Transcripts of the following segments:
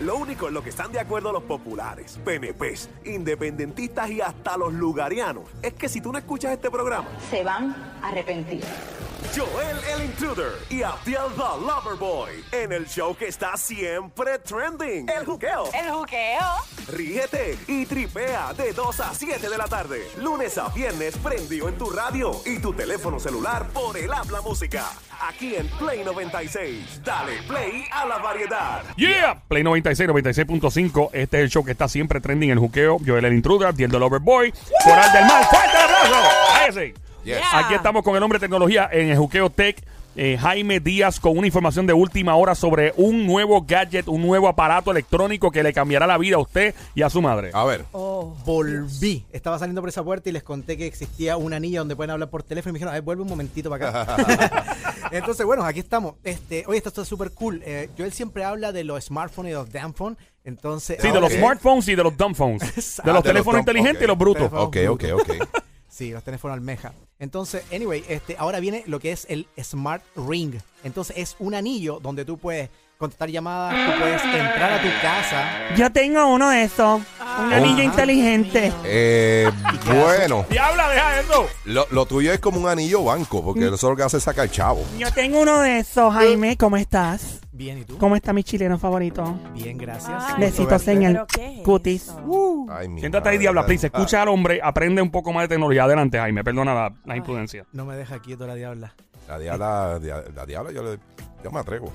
Lo único en lo que están de acuerdo los populares, PNPs, independentistas y hasta los lugarianos es que si tú no escuchas este programa, se van a arrepentir. Joel el Intruder y Abdiel the Loverboy en el show que está siempre trending, El Juqueo. El juqueo. Ríete y tripea de 2 a 7 de la tarde, lunes a viernes prendido en tu radio y tu teléfono celular por el habla música. Aquí en Play 96, dale play a la variedad. Yeah. Play 96, 96.5. Este es el show que está siempre trending en juqueo. Joel el Intruder, Abdiel the Lover Boy, Coral del Mal. ¡Fuerte abrazo! ¡A ese! Yes. Yeah. Aquí estamos con el hombre de tecnología en el Juqueo Tech. eh, Jaime Díaz con una información de última hora sobre un nuevo gadget, un nuevo aparato electrónico que le cambiará la vida a usted y a su madre. A ver. Oh. Volví. Estaba saliendo por esa puerta y les conté que existía una anilla donde pueden hablar por teléfono y me dijeron, a ver, vuelve un momentito para acá. Entonces, bueno, aquí estamos. Este, oye, esto está súper cool. Eh, Joel siempre habla de los smartphones y los damnphones. Entonces, Sí, de Ah, los ok. smartphones y de los dumbphones. Exacto. De los De los teléfonos dumb- inteligentes y ok. los brutos. Teléfono. Ok, ok, ok. Sí, los teléfonos almeja. Entonces, anyway, este, ahora viene lo que es el Smart Ring. Entonces, es un anillo donde tú puedes contestar llamadas, tú puedes entrar a tu casa. Yo tengo uno de esos. Un anillo inteligente. Eh, bueno, ¡Diabla, deja eso! lo, lo tuyo es como un anillo banco, porque eso es lo que hace es sacar chavo. Yo tengo uno de esos, Jaime. ¿Cómo estás? Bien, ¿y tú? ¿Cómo está mi chileno favorito? Bien, gracias. Ay, Besitos Gusto en el ¿Pero qué es cutis. Uh, eso? Ay, mi Siéntate ahí, madre, Diabla, dale. please. Ah, Escucha al hombre, aprende un poco más de tecnología. Adelante, Jaime. Perdona la, la imprudencia. No me deja quieto la diabla. La diabla, dia- la diabla yo, le, yo me atrevo.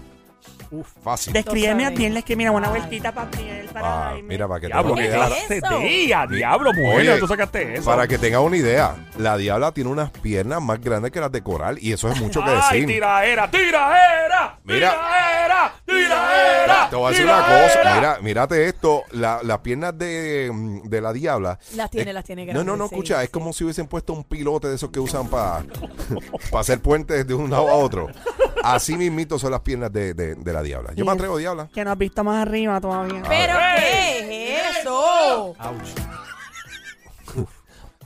Uf, fácil. Descríbeme a sabes. Piel, que mira una vueltita para Piel, para Ah, Jaime. mira, para que Diablo, tenga qué una claro. idea. clase de eso? día, diablo, mujer. Oye, ¿Tú sacaste eso? Para que tenga una idea, la diabla tiene unas piernas más grandes que las de coral y eso es mucho que ¡Ay, decir. tiraera, tiraera! Mira. ¡Tiraera, tiraera! Te voy a decir una cosa. Mira, mírate esto. la- las piernas de, mm, de la diabla. Las tiene, las tiene No, no, no, grandes, sí, escucha. es sí. como si hubiesen puesto un pilote de esos que usan para hacer puentes de un lado a otro. Así mismito son las piernas de, de- de la diabla. Yo me atrevo, diabla. Que no has visto más arriba todavía. ¿Pero qué es eso?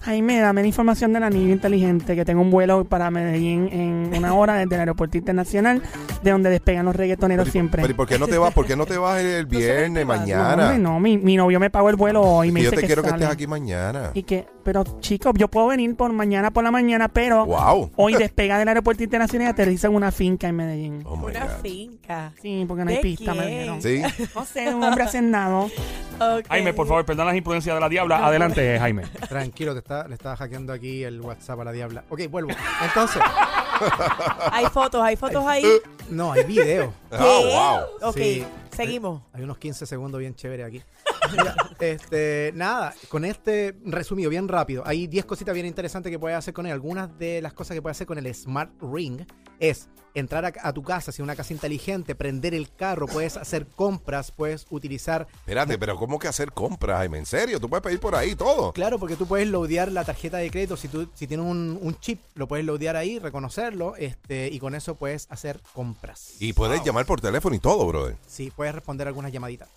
Jaime, dame la información del anillo inteligente, que tengo un vuelo para Medellín en una hora desde el aeropuerto internacional, de donde despegan los reggaetoneros Pero, siempre. pero ¿y por qué no te vas? ¿Por qué no te vas el viernes, No, hombre, mañana? no, mi, mi novio me pagó el vuelo hoy. Me Y yo te dice que quiero que sale. estés aquí mañana. Y que, pero chicos, yo puedo venir por mañana por la mañana, pero Wow. hoy despega del aeropuerto internacional y aterriza en una finca en Medellín. Oh my Una God. finca. Sí, porque no hay ¿De pista, me quién? dijeron. Sí. No sé, un hombre hacendado. Ok. Jaime, por favor, perdona las imprudencias de la diabla. Adelante, Jaime. Tranquilo, te está, le estaba hackeando aquí el WhatsApp a la diabla. Ok, vuelvo. Entonces, Hay fotos, hay fotos ahí. no, hay video. Ah, wow. Ok, Sí. seguimos. Hay unos 15 segundos bien chévere aquí. Mira, este, nada, con este resumido bien rápido, hay 10 cositas bien interesantes que puedes hacer con él. Algunas de las cosas que puedes hacer con el Smart Ring es entrar a, a tu casa, si es una casa inteligente, prender el carro, puedes hacer compras, puedes utilizar Espérate, pero ¿cómo que hacer compras, Jaime? ¿En serio? Tú puedes pedir por ahí todo. Claro, porque tú puedes loadear la tarjeta de crédito. Si tú si tienes un, un chip, lo puedes loadear ahí, reconocerlo, este, y con eso puedes hacer compras. Y puedes llamar por teléfono y todo, brother. Sí, puedes responder algunas llamaditas.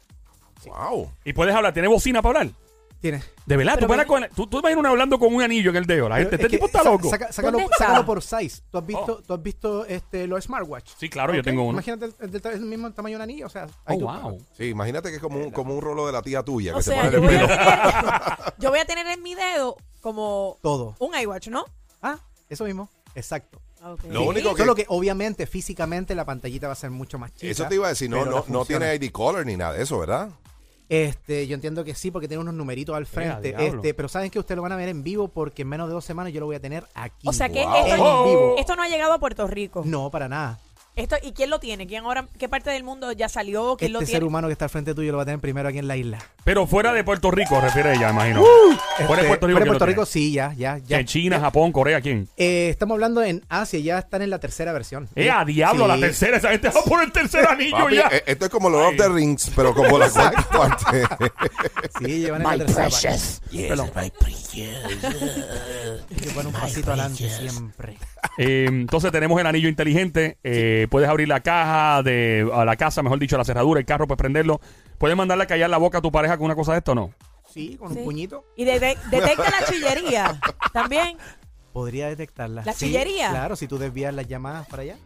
Wow. Y puedes hablar, ¿tiene bocina para hablar? Tienes. De verdad, tú, Pero puedes hablar con- tú, tú imaginas una hablando con un anillo en el dedo. La gente, este Es que tipo está sa- loco. Oh. saca- sácalo, ¿Dónde está? sácalo por size. ¿Tú has visto, tú has visto este, los smartwatch? sí, claro, yo tengo uno. Imagínate, el, el- el mismo tamaño de un anillo, o sea... Oh, ahí tú- wow. Sí, imagínate que es como un, como un rolo de la tía tuya. O que se sea, pone yo en voy, el a dedo. tener, yo voy a tener en mi dedo como Todo. un iWatch, ¿no? Ah, eso mismo. Exacto. Ok. Lo único que- Solo que obviamente, físicamente, la pantallita va a ser mucho más chica. Eso te iba a decir, no, pero no, las no funciones- tiene ID color ni nada de eso, ¿verdad? Este, yo entiendo que sí, porque tiene unos numeritos al frente. diablo. este, pero saben que ustedes lo van a ver en vivo porque en menos de dos semanas yo lo voy a tener aquí. O sea que Wow. esto, Oh. En vivo. esto no ha llegado a Puerto Rico. Oh, No, para nada. Esto, ¿Y quién lo tiene? ¿Quién ahora, ¿Qué parte del mundo ya salió? ¿Quién Este lo ser tiene? humano que está al frente tuyo lo va a tener primero aquí en la isla. Pero fuera de Puerto Rico, refiere ella, imagino. fuera de Este, Puerto Rico. fuera ¿quién de lo Puerto tiene? Rico, sí, ya, ya, ya. ¿En China, Japón, Corea, quién? Eh, estamos hablando en Asia, ya están en la tercera versión. ¡Eh, a diablo! Sí. La tercera, esa gente va por el tercer anillo Papi, ya. eh, esto es como Lord of the Rings, pero como la cuarta parte. Sí, llevan en la tercera. parte. Perdón. Hay que poner un pasito adelante siempre. Eh, entonces tenemos el anillo inteligente. eh, Puedes abrir la caja de a la casa, mejor dicho, la cerradura, el carro, puedes prenderlo. Puedes mandarle a callar la boca a tu pareja con una cosa de esto, o ¿no? Sí, con Sí. un puñito. Y de- de- detecta la chillería también. Podría detectarla. ¿La Sí, chillería? Claro, si tú desvías las llamadas para allá.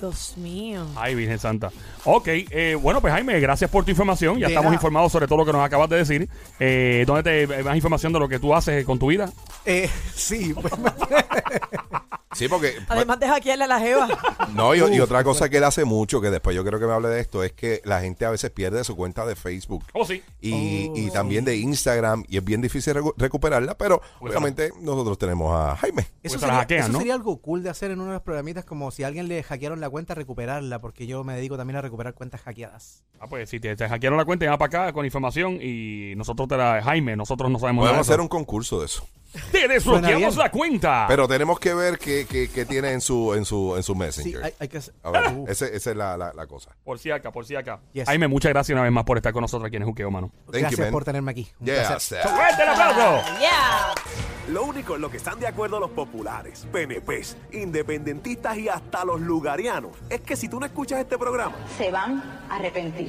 Dios mío. Ay, Virgen Santa. Ok, eh, bueno, pues Jaime, gracias por tu información. Ya De estamos nada. informados sobre todo lo que nos acabas de decir. Eh, ¿Dónde te eh, más información de lo que tú haces con tu vida? Eh, sí, pues, Sí, porque. Además, deja aquí a la jeva. No, y, y otra cosa que él hace mucho, que después yo creo que me hable de esto, es que la gente a veces pierde su cuenta de Facebook. Oh, sí. Y, y también de Instagram, y es bien difícil recu- recuperarla, pero obviamente nosotros tenemos a Jaime. eso, Pues te la sería, hackean, eso ¿no? sería algo cool de hacer en uno de los programitas, como si a alguien le hackearon la cuenta, recuperarla, porque yo me dedico también a recuperar cuentas hackeadas. Ah, pues si te, te hackearon la cuenta, llama para acá con información y nosotros te la... Jaime, nosotros no sabemos Podemos nada. hacer un concurso de eso. ¡Te Suena desbloqueamos bien. la cuenta! Pero tenemos que ver qué, qué- qué tiene en su, en su, en su Sí, Messenger. hay, hay que hacer. A ver, Uh, ese- esa es la, la- la cosa. Por si acá, por si acá. Yes. Jaime, muchas gracias una vez más por estar con nosotros aquí en Juqueo, mano. Thank you, gracias man. por tenerme aquí. Un Yeah, placer. sir. ¡Fuerte el aplauso! Yeah. Lo único en lo que están de acuerdo los populares, PNPs, independentistas y hasta los lugarianos es que si tú no escuchas este programa, Se van a arrepentir.